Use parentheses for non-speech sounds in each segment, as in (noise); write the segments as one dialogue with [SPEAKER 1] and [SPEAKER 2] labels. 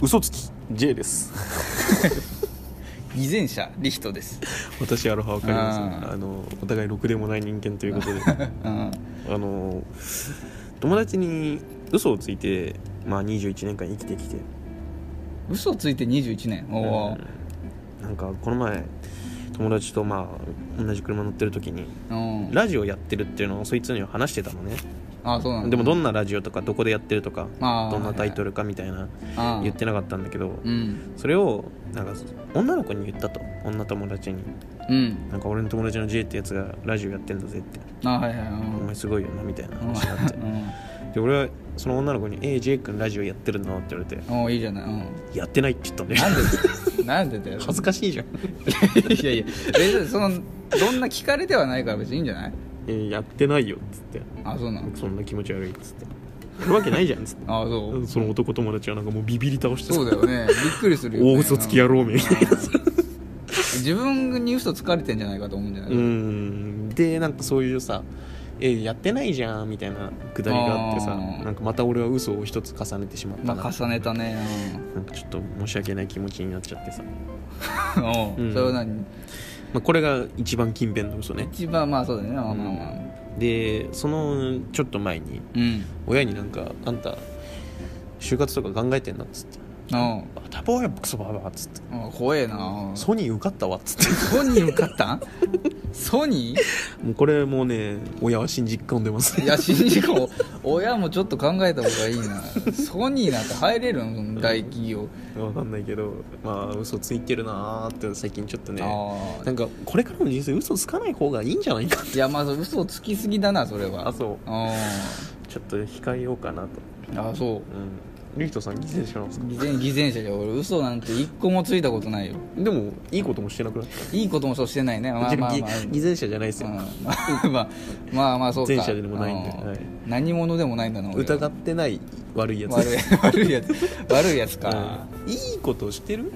[SPEAKER 1] 嘘つき J です
[SPEAKER 2] 偽善者リヒトです、
[SPEAKER 1] 私アロハわかります
[SPEAKER 2] あ
[SPEAKER 1] あのお互いろくでもない人間という (laughs) ことで
[SPEAKER 2] うん、
[SPEAKER 1] あの友達に嘘をついてまあ21年間生きてきて
[SPEAKER 2] 嘘ついて21年おー
[SPEAKER 1] うんなんかこの前友達とまあ同じ車乗ってる時に
[SPEAKER 2] うん、
[SPEAKER 1] ラジオやってるっていうのをそいつには話してたのね
[SPEAKER 2] あそうなんだ
[SPEAKER 1] でもどんなラジオとかどこでやってるとか
[SPEAKER 2] あー
[SPEAKER 1] どんなタイトルかみたいな
[SPEAKER 2] あー
[SPEAKER 1] 言ってなかったんだけど
[SPEAKER 2] うん
[SPEAKER 1] それをなんか女の子に言ったと女友達に
[SPEAKER 2] うん
[SPEAKER 1] なんか俺の友達の J ってやつがラジオやってんだぜって
[SPEAKER 2] あはいはいはい
[SPEAKER 1] お前すごいよなみたいな話になって
[SPEAKER 2] う
[SPEAKER 1] で俺はその女の子に「え J 君ラジオやってるの?」って言われて
[SPEAKER 2] ん、うん、いいじゃない、うん、
[SPEAKER 1] 「やってない」って言ったんだよ
[SPEAKER 2] なんでなんでだよ
[SPEAKER 1] 恥ずかしいじゃん
[SPEAKER 2] いやいや別にそのどんな聞かれてはないから別にいいんじゃない
[SPEAKER 1] (laughs) えーやってないよっつって
[SPEAKER 2] あそうなの
[SPEAKER 1] そんな気持ち悪いっつってやるわけない (laughs) じゃんっつって
[SPEAKER 2] あそう
[SPEAKER 1] その男友達はなんかもうビビり倒して
[SPEAKER 2] そうだよねびっくりするよ、ね、
[SPEAKER 1] 大嘘つき野郎めみたいな、
[SPEAKER 2] 自分に嘘つかれてんじゃないかと思うんじゃないう
[SPEAKER 1] んでなんかそういうさ「えやってないじゃん」みたいなくだりがあってさ
[SPEAKER 2] あー
[SPEAKER 1] なんかまた俺は嘘を一つ重ねてしまったな,、
[SPEAKER 2] まあ重ねたね
[SPEAKER 1] なんかちょっと申し訳ない気持ちになっちゃってさ、
[SPEAKER 2] うん、おう
[SPEAKER 1] うん
[SPEAKER 2] それは何
[SPEAKER 1] まあ、これが一番近辺の嘘ね
[SPEAKER 2] 一番まあそうだよねまあまあまあ
[SPEAKER 1] でそのちょっと前に
[SPEAKER 2] うん
[SPEAKER 1] 親になんか「あんた就活とか考えてんな」っつって「
[SPEAKER 2] おう
[SPEAKER 1] あタバコやクソババア」っつって
[SPEAKER 2] おう怖えな
[SPEAKER 1] 「
[SPEAKER 2] ソ
[SPEAKER 1] ソニー受かったわ」っつって
[SPEAKER 2] ソニー受か
[SPEAKER 1] (laughs)
[SPEAKER 2] ったんソニー
[SPEAKER 1] もうこれもうね親は信じ込んでます (laughs)
[SPEAKER 2] いや信じ込む親もちょっと考えた方がいいなソニーなんて入れるのその大企業、
[SPEAKER 1] わかんないけどまあ嘘ついてるなーって最近ちょっとね
[SPEAKER 2] ああ
[SPEAKER 1] なんかこれからの人生嘘つかない方がいいんじゃないか
[SPEAKER 2] いやまあそう嘘をつきすぎだなそれは
[SPEAKER 1] あそう
[SPEAKER 2] あ
[SPEAKER 1] ちょっと控えようかなと
[SPEAKER 2] ーあそう
[SPEAKER 1] うんリヒトさん犠牲者なんですか
[SPEAKER 2] 偽善偽善者じゃ俺嘘なんて一個もついたことないよ
[SPEAKER 1] でもいいこともしてなくなっ
[SPEAKER 2] いいこともそうしてないねまあま
[SPEAKER 1] た
[SPEAKER 2] あまあ、
[SPEAKER 1] (laughs) 偽偽善者じゃないです
[SPEAKER 2] う
[SPEAKER 1] よ、
[SPEAKER 2] んまあまあまあそうか
[SPEAKER 1] 前者でもないんで
[SPEAKER 2] うん
[SPEAKER 1] はい
[SPEAKER 2] 何者でもないんだな俺は
[SPEAKER 1] 疑ってない悪いやつ
[SPEAKER 2] 悪い (laughs) 悪いやつ悪いやつか、
[SPEAKER 1] うんいいことをしてる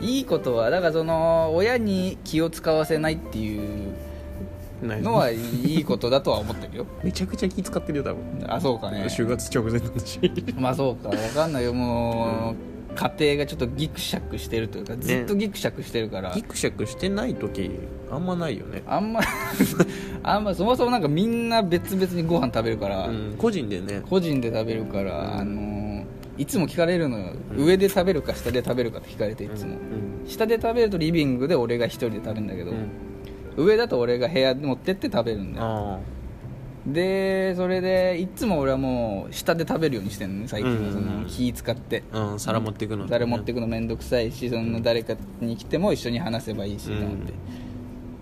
[SPEAKER 2] いいことはだからその親に気を使わせないっていう
[SPEAKER 1] ない
[SPEAKER 2] のはいいことだとは思ってるよ
[SPEAKER 1] めちゃくちゃ気使ってるよ多分、
[SPEAKER 2] あそうか
[SPEAKER 1] (laughs)
[SPEAKER 2] ね
[SPEAKER 1] 就活直前だし
[SPEAKER 2] まあそうかわかんないよもう、家庭がちょっとギクシャクしてるというかずっとギクシャクしてるから、
[SPEAKER 1] (laughs) ギクシャクしてない時あんまないよね、
[SPEAKER 2] あんま (laughs) あんまそもそもなんかみんな別々にご飯食べるから、
[SPEAKER 1] うん、個人でね
[SPEAKER 2] 個人で食べるから、あのーいつも聞かれるのよ、上で食べるか下で食べるかって聞かれていつも、
[SPEAKER 1] うん
[SPEAKER 2] 下で食べるとリビングで俺が一人で食べるんだけど、
[SPEAKER 1] うん
[SPEAKER 2] 上だと俺が部屋に持ってって食べるんだよ
[SPEAKER 1] あ
[SPEAKER 2] でそれでいつも俺はもう下で食べるようにしてるのね最近
[SPEAKER 1] うんう
[SPEAKER 2] は
[SPEAKER 1] ん
[SPEAKER 2] その気使って、
[SPEAKER 1] あうん皿持っていくの、
[SPEAKER 2] 誰持ってくの面倒くさいしその誰かに来ても一緒に話せばいいしと思って、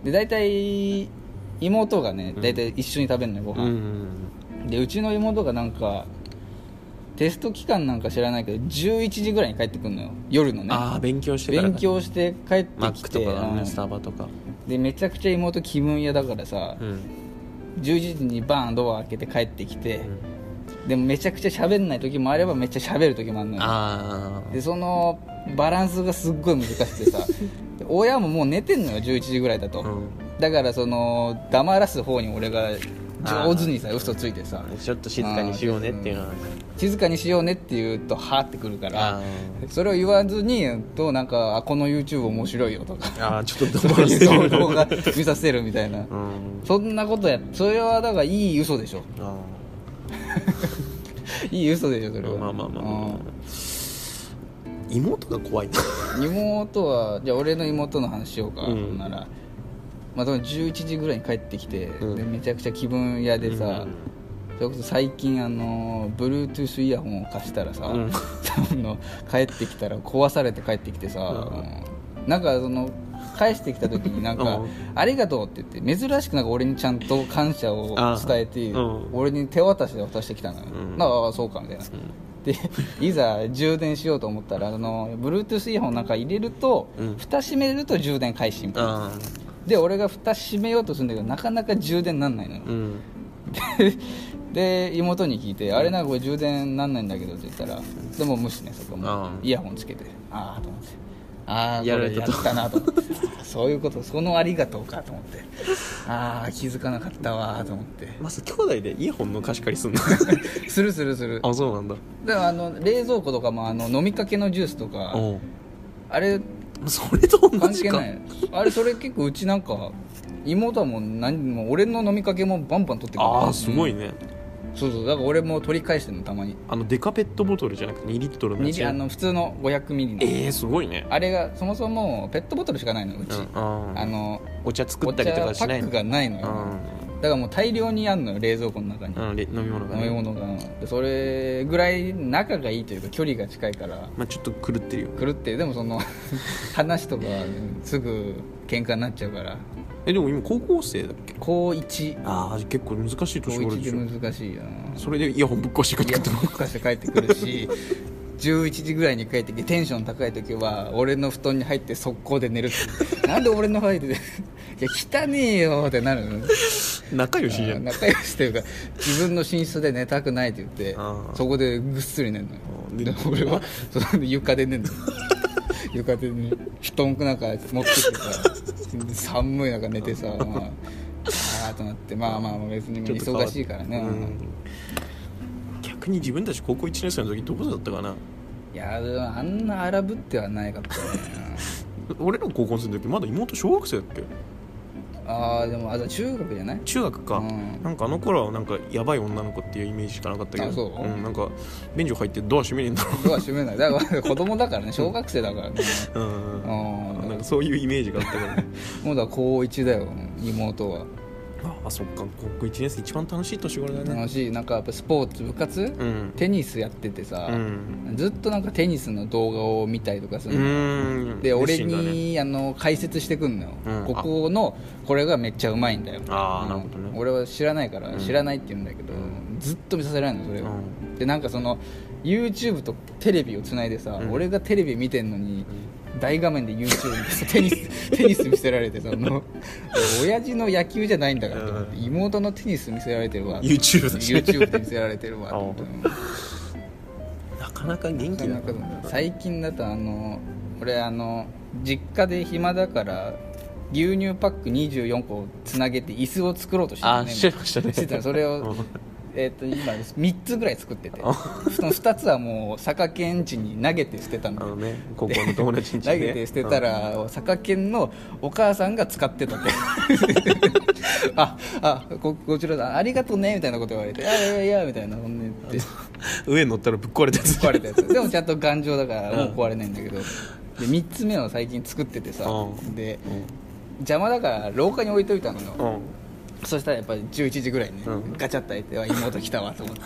[SPEAKER 2] で大体妹がね大体一緒に食べるのよ
[SPEAKER 1] う
[SPEAKER 2] ご
[SPEAKER 1] ん、うん
[SPEAKER 2] 飯、でうちの妹がなんかテスト期間なんか知らないけど11時ぐらいに帰ってくるのよ夜のね
[SPEAKER 1] ああ勉強してから
[SPEAKER 2] 勉強して帰って
[SPEAKER 1] マッ
[SPEAKER 2] き
[SPEAKER 1] ク
[SPEAKER 2] て
[SPEAKER 1] とか、ね
[SPEAKER 2] うん
[SPEAKER 1] スタバとか、
[SPEAKER 2] でめちゃくちゃ妹気分屋だからさ、
[SPEAKER 1] うん
[SPEAKER 2] 11時にバーンドア開けて帰ってきて、でもめちゃくちゃ喋んない時もあればめっちゃ喋る時もあるのよ
[SPEAKER 1] あ
[SPEAKER 2] でそのバランスがすっごい難しくて
[SPEAKER 1] (laughs)
[SPEAKER 2] さで親ももう寝てんのよ11時ぐらいだと、
[SPEAKER 1] あ、うん、
[SPEAKER 2] だからその黙らす方に俺が上手にさ嘘ついてさ
[SPEAKER 1] ちょっと静かにしようねっていうのは
[SPEAKER 2] 静かにしようねって言うとはーってくるから
[SPEAKER 1] あ
[SPEAKER 2] それを言わずにとなんかあこの YouTube 面白いよとか
[SPEAKER 1] ーあーちょっと
[SPEAKER 2] そう
[SPEAKER 1] 黙らせ
[SPEAKER 2] い
[SPEAKER 1] (laughs)
[SPEAKER 2] う動
[SPEAKER 1] る
[SPEAKER 2] 画見させるみたいな
[SPEAKER 1] うん
[SPEAKER 2] そんなことやそれはだからいい嘘でしょ
[SPEAKER 1] あ
[SPEAKER 2] いい嘘でしょそれ
[SPEAKER 1] ー
[SPEAKER 2] は
[SPEAKER 1] まあまあまあまあ、まあ、妹が怖いな
[SPEAKER 2] うん妹はじゃあ俺の妹の話しようか、
[SPEAKER 1] うん
[SPEAKER 2] ならまあでも11時ぐらいに帰ってきて、
[SPEAKER 1] うん
[SPEAKER 2] でめちゃくちゃ気分屋でさ、それこそ最近あの Bluetooth イヤホンを貸したらさ、 (laughs)
[SPEAKER 1] うん
[SPEAKER 2] その帰ってきたら壊されて帰ってきてさ、
[SPEAKER 1] う
[SPEAKER 2] なんかその返してきた時になんか「
[SPEAKER 1] うん
[SPEAKER 2] ありがとう」って言って珍しくなんか俺にちゃんと感謝を伝えて、
[SPEAKER 1] あうん
[SPEAKER 2] 俺に手渡しで渡してきたのよ、
[SPEAKER 1] うん
[SPEAKER 2] なんかああそうかみたいな、でいざ充電しようと思ったらあの Bluetooth イヤホンなんか入れると、
[SPEAKER 1] うん
[SPEAKER 2] 蓋閉めると充電開始みたいな
[SPEAKER 1] あ
[SPEAKER 2] で俺が蓋閉めようとするんだけどなかなか充電なんないのよ、
[SPEAKER 1] ーうん
[SPEAKER 2] (laughs) で妹に聞いて「あれなんかこれ充電なんないんだけど」って言ったらでも無視ねそこも
[SPEAKER 1] ああ
[SPEAKER 2] イヤホンつけてああと思ってああこ
[SPEAKER 1] やられ
[SPEAKER 2] れ
[SPEAKER 1] た
[SPEAKER 2] や
[SPEAKER 1] と
[SPEAKER 2] ったなと思ってそういうことそのありがとうかと思ってああ気づかなかったわと思って
[SPEAKER 1] まず兄弟でイヤホンの貸し借りすんの
[SPEAKER 2] するするする
[SPEAKER 1] あそうなんだ
[SPEAKER 2] でもあの冷蔵庫とかもあの飲みかけのジュースとか
[SPEAKER 1] おう
[SPEAKER 2] あれ
[SPEAKER 1] それと同
[SPEAKER 2] 関
[SPEAKER 1] じ
[SPEAKER 2] 係
[SPEAKER 1] か
[SPEAKER 2] ないあれそれ結構うちなんか妹はもう何も俺の飲みかけもバンバン取ってくる
[SPEAKER 1] ああすごいね
[SPEAKER 2] そうそうだから俺も取り返してるのたまに
[SPEAKER 1] あのデカペットボトルじゃなくて2リットルのや
[SPEAKER 2] に
[SPEAKER 1] つ
[SPEAKER 2] あの普通の500ミリの
[SPEAKER 1] えー、すごいね
[SPEAKER 2] あれがそもそもペットボトルしかないのうち、
[SPEAKER 1] うん
[SPEAKER 2] あの
[SPEAKER 1] お茶作
[SPEAKER 2] お
[SPEAKER 1] った
[SPEAKER 2] 茶
[SPEAKER 1] りとか
[SPEAKER 2] パ
[SPEAKER 1] しな
[SPEAKER 2] ッ
[SPEAKER 1] い
[SPEAKER 2] ク
[SPEAKER 1] の
[SPEAKER 2] がないのよ、だからもう大量にあんのよ冷蔵庫の中に、
[SPEAKER 1] うん、うん、で飲み物が、
[SPEAKER 2] 飲
[SPEAKER 1] ね、
[SPEAKER 2] み物がでそれぐらい仲がいいというか距離が近いから
[SPEAKER 1] まあちょっと狂ってるよ
[SPEAKER 2] 狂ってで
[SPEAKER 1] (laughs)
[SPEAKER 2] もその話とかすぐ喧嘩になっちゃうから
[SPEAKER 1] えでも今高校生だっけ
[SPEAKER 2] 高1
[SPEAKER 1] ああ結構難しい
[SPEAKER 2] 高
[SPEAKER 1] 年頃
[SPEAKER 2] 1
[SPEAKER 1] でし
[SPEAKER 2] で
[SPEAKER 1] ょ
[SPEAKER 2] 難しいよな
[SPEAKER 1] それでイヤホンぶっ壊して帰っ
[SPEAKER 2] い
[SPEAKER 1] て
[SPEAKER 2] や
[SPEAKER 1] くる
[SPEAKER 2] ふっかして帰ってく
[SPEAKER 1] (laughs)
[SPEAKER 2] るし11時ぐらいに帰ってきてテンション高い時は俺の布団に入って速攻で寝るってなんで俺の入って (laughs) いや汚ねえよってなるの
[SPEAKER 1] 仲良しじゃん
[SPEAKER 2] 仲良しというか自分の寝室で寝たくないって言って
[SPEAKER 1] あー
[SPEAKER 2] そこでぐっすり寝るのよ
[SPEAKER 1] あー
[SPEAKER 2] で
[SPEAKER 1] で
[SPEAKER 2] 俺はその床で寝るの床でね布団なんか持ってきてさ寒い中
[SPEAKER 1] (laughs)
[SPEAKER 2] 寝てさ、まあ、あーっとなってまあまあ別に
[SPEAKER 1] ちょっと変わっ
[SPEAKER 2] 忙しいからね、
[SPEAKER 1] うん逆に自分たち高校1年生の時どこだったかない
[SPEAKER 2] やでもあんな荒ぶってはないかったね
[SPEAKER 1] 俺らの高校生の時まだ妹小学生だっけ
[SPEAKER 2] ああでもあじゃあ中学じゃない
[SPEAKER 1] 中学か、
[SPEAKER 2] うん
[SPEAKER 1] なんかあの頃はなんかやばい女の子っていうイメージしかなかったけど、
[SPEAKER 2] あそうん
[SPEAKER 1] なんか便所入ってドア閉めねえんだろ
[SPEAKER 2] ドア閉めないだから子供だからね小学生だか
[SPEAKER 1] (laughs)
[SPEAKER 2] らね
[SPEAKER 1] う
[SPEAKER 2] うん
[SPEAKER 1] んなん
[SPEAKER 2] も
[SPEAKER 1] かそういうイメージがあったから
[SPEAKER 2] (laughs)
[SPEAKER 1] ね
[SPEAKER 2] うだから高1だよ妹は
[SPEAKER 1] ああそっか高校1年生一番楽しい年頃だね
[SPEAKER 2] 楽しいなんかやっぱスポーツ部活、
[SPEAKER 1] うん
[SPEAKER 2] テニスやっててさ、
[SPEAKER 1] うん
[SPEAKER 2] ずっとなんかテニスの動画を見たりとかす
[SPEAKER 1] う
[SPEAKER 2] るの、
[SPEAKER 1] ーん
[SPEAKER 2] で俺
[SPEAKER 1] 熱心だね
[SPEAKER 2] に、あの解説してくんのよ、
[SPEAKER 1] うん
[SPEAKER 2] ここのこれがめっちゃうまいんだよ
[SPEAKER 1] あーなるほどね
[SPEAKER 2] うん俺は知らないから
[SPEAKER 1] ん
[SPEAKER 2] 知らないって言うんだけど、
[SPEAKER 1] う
[SPEAKER 2] ずっと見させられるのそれを、
[SPEAKER 1] う
[SPEAKER 2] でなんかその YouTube とテレビをつないでさ、
[SPEAKER 1] うん
[SPEAKER 2] 俺がテレビ見てんのに、大画面で YouTube 見てさテニス
[SPEAKER 1] (laughs)
[SPEAKER 2] テニス見せられてさもう親父の野球じゃないんだからと思って、
[SPEAKER 1] うん
[SPEAKER 2] 妹のテニス見せられてるわ
[SPEAKER 1] YouTube だし
[SPEAKER 2] YouTube で見せられてるわと思って
[SPEAKER 1] (laughs) あなかなか元気だ
[SPEAKER 2] な
[SPEAKER 1] な
[SPEAKER 2] かなか最近だとあの俺あの実家で暇だから牛乳パック24個をつなげて椅子を作ろうとしてた
[SPEAKER 1] あしてましたね
[SPEAKER 2] してたのそれ
[SPEAKER 1] う
[SPEAKER 2] を
[SPEAKER 1] ん
[SPEAKER 2] えーと今3つぐらい作ってて
[SPEAKER 1] あ
[SPEAKER 2] その2つはもう坂県地に投げて捨てたん
[SPEAKER 1] あ
[SPEAKER 2] だ
[SPEAKER 1] の
[SPEAKER 2] よ
[SPEAKER 1] ね高校の友達んちね
[SPEAKER 2] 投げて捨てたら坂県のお母さんが使って
[SPEAKER 1] (laughs)
[SPEAKER 2] たってああここちらだありがとうねみたいなこと言われて「いやいやいや」みたいな本音って
[SPEAKER 1] 上に乗ったらぶっ壊れたやつ
[SPEAKER 2] 壊れたやつ (laughs) でもちゃんと頑丈だからもう壊れないんだけど、で3つ目を最近作っててさ、
[SPEAKER 1] うん
[SPEAKER 2] で邪魔だから廊下に置いといたのよ、
[SPEAKER 1] うん
[SPEAKER 2] そしたらやっぱり11時ぐらいに、
[SPEAKER 1] うん
[SPEAKER 2] ガチャッと開いては妹来たわと思って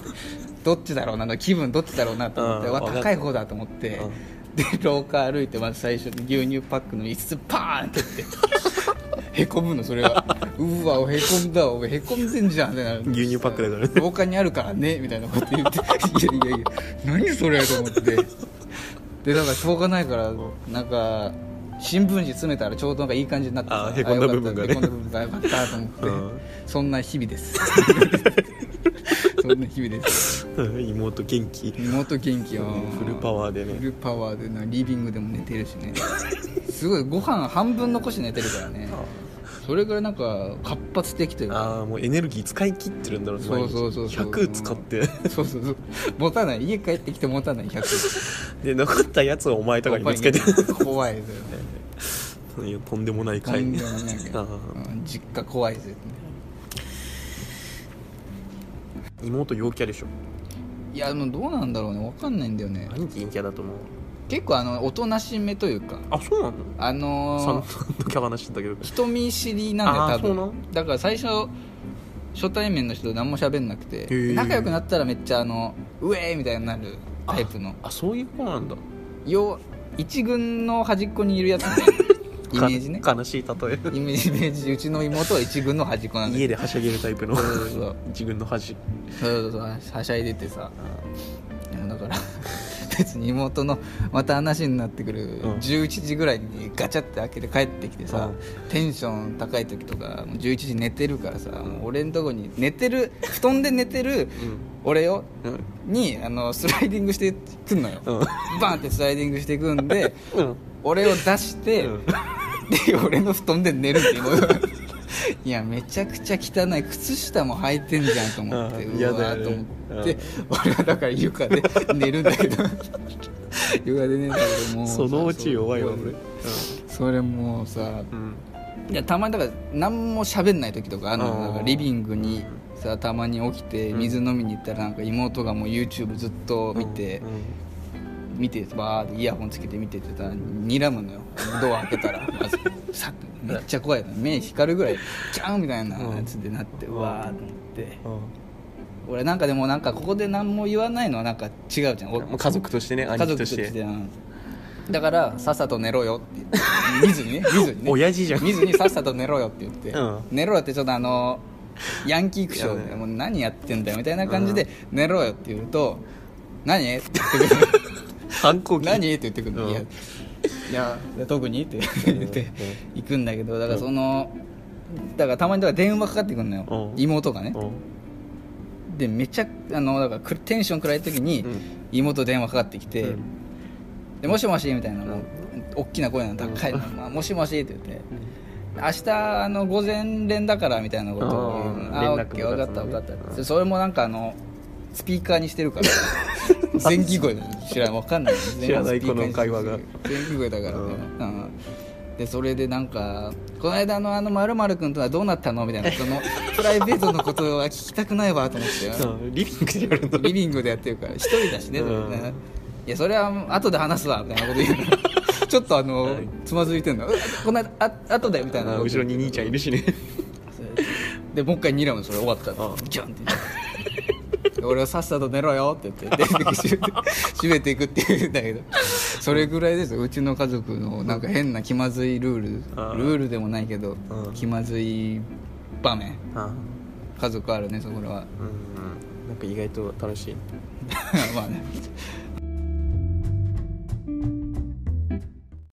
[SPEAKER 2] どっちだろうな気分どっちだろうなと思って、
[SPEAKER 1] うん
[SPEAKER 2] わ
[SPEAKER 1] わかった
[SPEAKER 2] 高い方だと思って、
[SPEAKER 1] うん
[SPEAKER 2] で廊下歩いてまず最初に牛乳パックの5つパーンってってへこむのそれはうわへこんだわ俺へこんでんじゃんってなる
[SPEAKER 1] 牛乳パックだからね
[SPEAKER 2] 廊下にあるからねみたいなこと言っていやいやいや何それと思ってでだからしょうがないからなんか新聞紙詰めたらちょうどなんかいい感じになってさ
[SPEAKER 1] あへこんだ部分がね
[SPEAKER 2] あよかったへこんだ部分がよかったと思って、
[SPEAKER 1] うん
[SPEAKER 2] そんな日々ですそんな日々です
[SPEAKER 1] うん (laughs) 妹元気
[SPEAKER 2] 妹元気よ
[SPEAKER 1] フルパワーで
[SPEAKER 2] フ
[SPEAKER 1] ね
[SPEAKER 2] ルパワーでなリビングでも寝てるしねすごいご飯半分残して寝てるからねそれぐらいなんか活発的というか
[SPEAKER 1] ああもうエネルギー使い切ってるんだろうね
[SPEAKER 2] そうそうそうそう
[SPEAKER 1] 毎日100使って
[SPEAKER 2] そうそうそう持たない家帰ってきて持たない100
[SPEAKER 1] で残ったやつをお前とかに見つけて
[SPEAKER 2] 怖いぜ
[SPEAKER 1] いやとんでもない
[SPEAKER 2] と
[SPEAKER 1] 会
[SPEAKER 2] ん
[SPEAKER 1] ね
[SPEAKER 2] でもないけど
[SPEAKER 1] あ
[SPEAKER 2] うん実家怖いぜ
[SPEAKER 1] 妹陽キャでしょ
[SPEAKER 2] いやでもどうなんだろうね分かんないんだよね
[SPEAKER 1] 兄貴陽キャだと思う
[SPEAKER 2] 結構あのおとなしめというか
[SPEAKER 1] あそうなの
[SPEAKER 2] あ
[SPEAKER 1] 三男
[SPEAKER 2] のー
[SPEAKER 1] のキャ話してたけど
[SPEAKER 2] 人見知りなんだよ多
[SPEAKER 1] あーそうな
[SPEAKER 2] 分だから最初初対面の人と何も喋んなくて
[SPEAKER 1] ー
[SPEAKER 2] 仲良くなったらめっちゃあのウェーみたいになるタイプの
[SPEAKER 1] あそういう子なんだ
[SPEAKER 2] よ一軍の端っこにいるやつねイメージ
[SPEAKER 1] (laughs)
[SPEAKER 2] ね
[SPEAKER 1] か悲しい例え
[SPEAKER 2] イメージイメージうちの妹は一軍の端っこなんだけど
[SPEAKER 1] 家ではしゃげるタイプの
[SPEAKER 2] そうそう
[SPEAKER 1] 一軍の恥
[SPEAKER 2] そうそうそうはしゃいでてさでもだからたちに妹のまた話になってくる
[SPEAKER 1] うん
[SPEAKER 2] 11時ぐらいにガチャって開けて帰ってきてさ、
[SPEAKER 1] う
[SPEAKER 2] テンション高い時とかもう11時寝てるからさ、もう俺んとこに寝てる布団で寝てる俺よ
[SPEAKER 1] うん
[SPEAKER 2] にあのスライディングしてくんのよ、
[SPEAKER 1] うん
[SPEAKER 2] バンってスライディングしてくんで
[SPEAKER 1] うん
[SPEAKER 2] 俺を出して、
[SPEAKER 1] うん
[SPEAKER 2] で俺の布団で寝るっていういやめちゃくちゃ汚い靴下も履いてんじゃんと
[SPEAKER 1] (laughs)
[SPEAKER 2] 思って
[SPEAKER 1] う
[SPEAKER 2] うん
[SPEAKER 1] 嫌
[SPEAKER 2] わ
[SPEAKER 1] だよ
[SPEAKER 2] ー
[SPEAKER 1] ね
[SPEAKER 2] と思って俺はだから床で寝るんだけど床で寝るんだけどもう
[SPEAKER 1] そのうち弱いわ
[SPEAKER 2] そ
[SPEAKER 1] 俺
[SPEAKER 2] うそれもうさ
[SPEAKER 1] うん
[SPEAKER 2] いやたまにだから何も喋んない時とかある
[SPEAKER 1] あ
[SPEAKER 2] の
[SPEAKER 1] ー
[SPEAKER 2] だからリビングにさたまに起きて
[SPEAKER 1] うん
[SPEAKER 2] 水飲みに行ったらなんか妹がもう YouTube ずっと見て、
[SPEAKER 1] うん
[SPEAKER 2] 見てバーってイヤホンつけて見ててたら睨むのよドア開け
[SPEAKER 1] (laughs)
[SPEAKER 2] たらまずさっめっちゃ怖いの目光るぐらいキャーンみたいなやつでなって、
[SPEAKER 1] うん
[SPEAKER 2] わーと思って
[SPEAKER 1] うん
[SPEAKER 2] 俺なんかでもなんかここで何も言わないのはなんか違うじゃんお
[SPEAKER 1] まあ家族としてね
[SPEAKER 2] 家
[SPEAKER 1] 兄
[SPEAKER 2] 族
[SPEAKER 1] 貴
[SPEAKER 2] と
[SPEAKER 1] と
[SPEAKER 2] し
[SPEAKER 1] してて
[SPEAKER 2] うんだからさっさと寝ろよって言って見ずにね見ずに
[SPEAKER 1] (laughs)
[SPEAKER 2] ね
[SPEAKER 1] 親父じゃん
[SPEAKER 2] 見ずにさっさと寝ろよって言って、
[SPEAKER 1] うん
[SPEAKER 2] 寝ろよってちょっとあのヤンキー苦笑
[SPEAKER 1] いや
[SPEAKER 2] で
[SPEAKER 1] ね
[SPEAKER 2] もう何やってんだよみたいな感じで寝ろよって言うと何って言ってくる
[SPEAKER 1] 反抗期
[SPEAKER 2] 何って言ってくるの、
[SPEAKER 1] うん
[SPEAKER 2] いやいや特にって言って行くんだけどだからその、だからたまにだから電話かかってくるのよ、
[SPEAKER 1] うん
[SPEAKER 2] 妹がね
[SPEAKER 1] う、ん
[SPEAKER 2] でめちゃあのだからくテンション暗い時に
[SPEAKER 1] うん
[SPEAKER 2] 妹電話かかってきて、
[SPEAKER 1] うん
[SPEAKER 2] でもしもしみたいな、もう
[SPEAKER 1] うん
[SPEAKER 2] 大きな声なんだ高いの、まあ、もしもしって言って明日あの午前連だからみたいなことを言う
[SPEAKER 1] あ
[SPEAKER 2] あ
[SPEAKER 1] ー
[SPEAKER 2] オ
[SPEAKER 1] 連
[SPEAKER 2] ッ
[SPEAKER 1] 絡
[SPEAKER 2] ケー分かった
[SPEAKER 1] 部
[SPEAKER 2] 分
[SPEAKER 1] 活の
[SPEAKER 2] かっ
[SPEAKER 1] ね
[SPEAKER 2] た、でそれもなんかあのスピーカーにしてるから
[SPEAKER 1] (laughs)
[SPEAKER 2] 前期声だよ知らんわかんない
[SPEAKER 1] 知らないこの会話が
[SPEAKER 2] 前期声だからね、
[SPEAKER 1] うん
[SPEAKER 2] うんでそれでなんか「この間のあの〇〇君とはどうなったの?」みたいなそ
[SPEAKER 1] (laughs)
[SPEAKER 2] のプライベートのことは聞きたくないわと思って
[SPEAKER 1] うんリビングでやるんだ
[SPEAKER 2] リビングでやってるから一人だしね、それね
[SPEAKER 1] うん
[SPEAKER 2] いやそれは後で話すわみたいなこと言う
[SPEAKER 1] (laughs)
[SPEAKER 2] のちょっとあの、
[SPEAKER 1] はい
[SPEAKER 2] つまずいてんのうん「この間あ後で」みたいなこと言って
[SPEAKER 1] 後ろに兄ちゃんいるしね
[SPEAKER 2] (laughs) でもう一回睨むそれ終わったら
[SPEAKER 1] うん
[SPEAKER 2] ギャンってで俺はさっさと寝ろよって言って電気
[SPEAKER 1] (laughs)
[SPEAKER 2] 閉めて閉めていくっていうんだけどそれぐらいですようちの家族のなんか変な気まずいルール
[SPEAKER 1] あー
[SPEAKER 2] ルールでもないけど
[SPEAKER 1] うん
[SPEAKER 2] 気まずい場面
[SPEAKER 1] あ
[SPEAKER 2] 家族あるねそこらは (laughs)
[SPEAKER 1] うんなんか意外と楽しい
[SPEAKER 2] まあね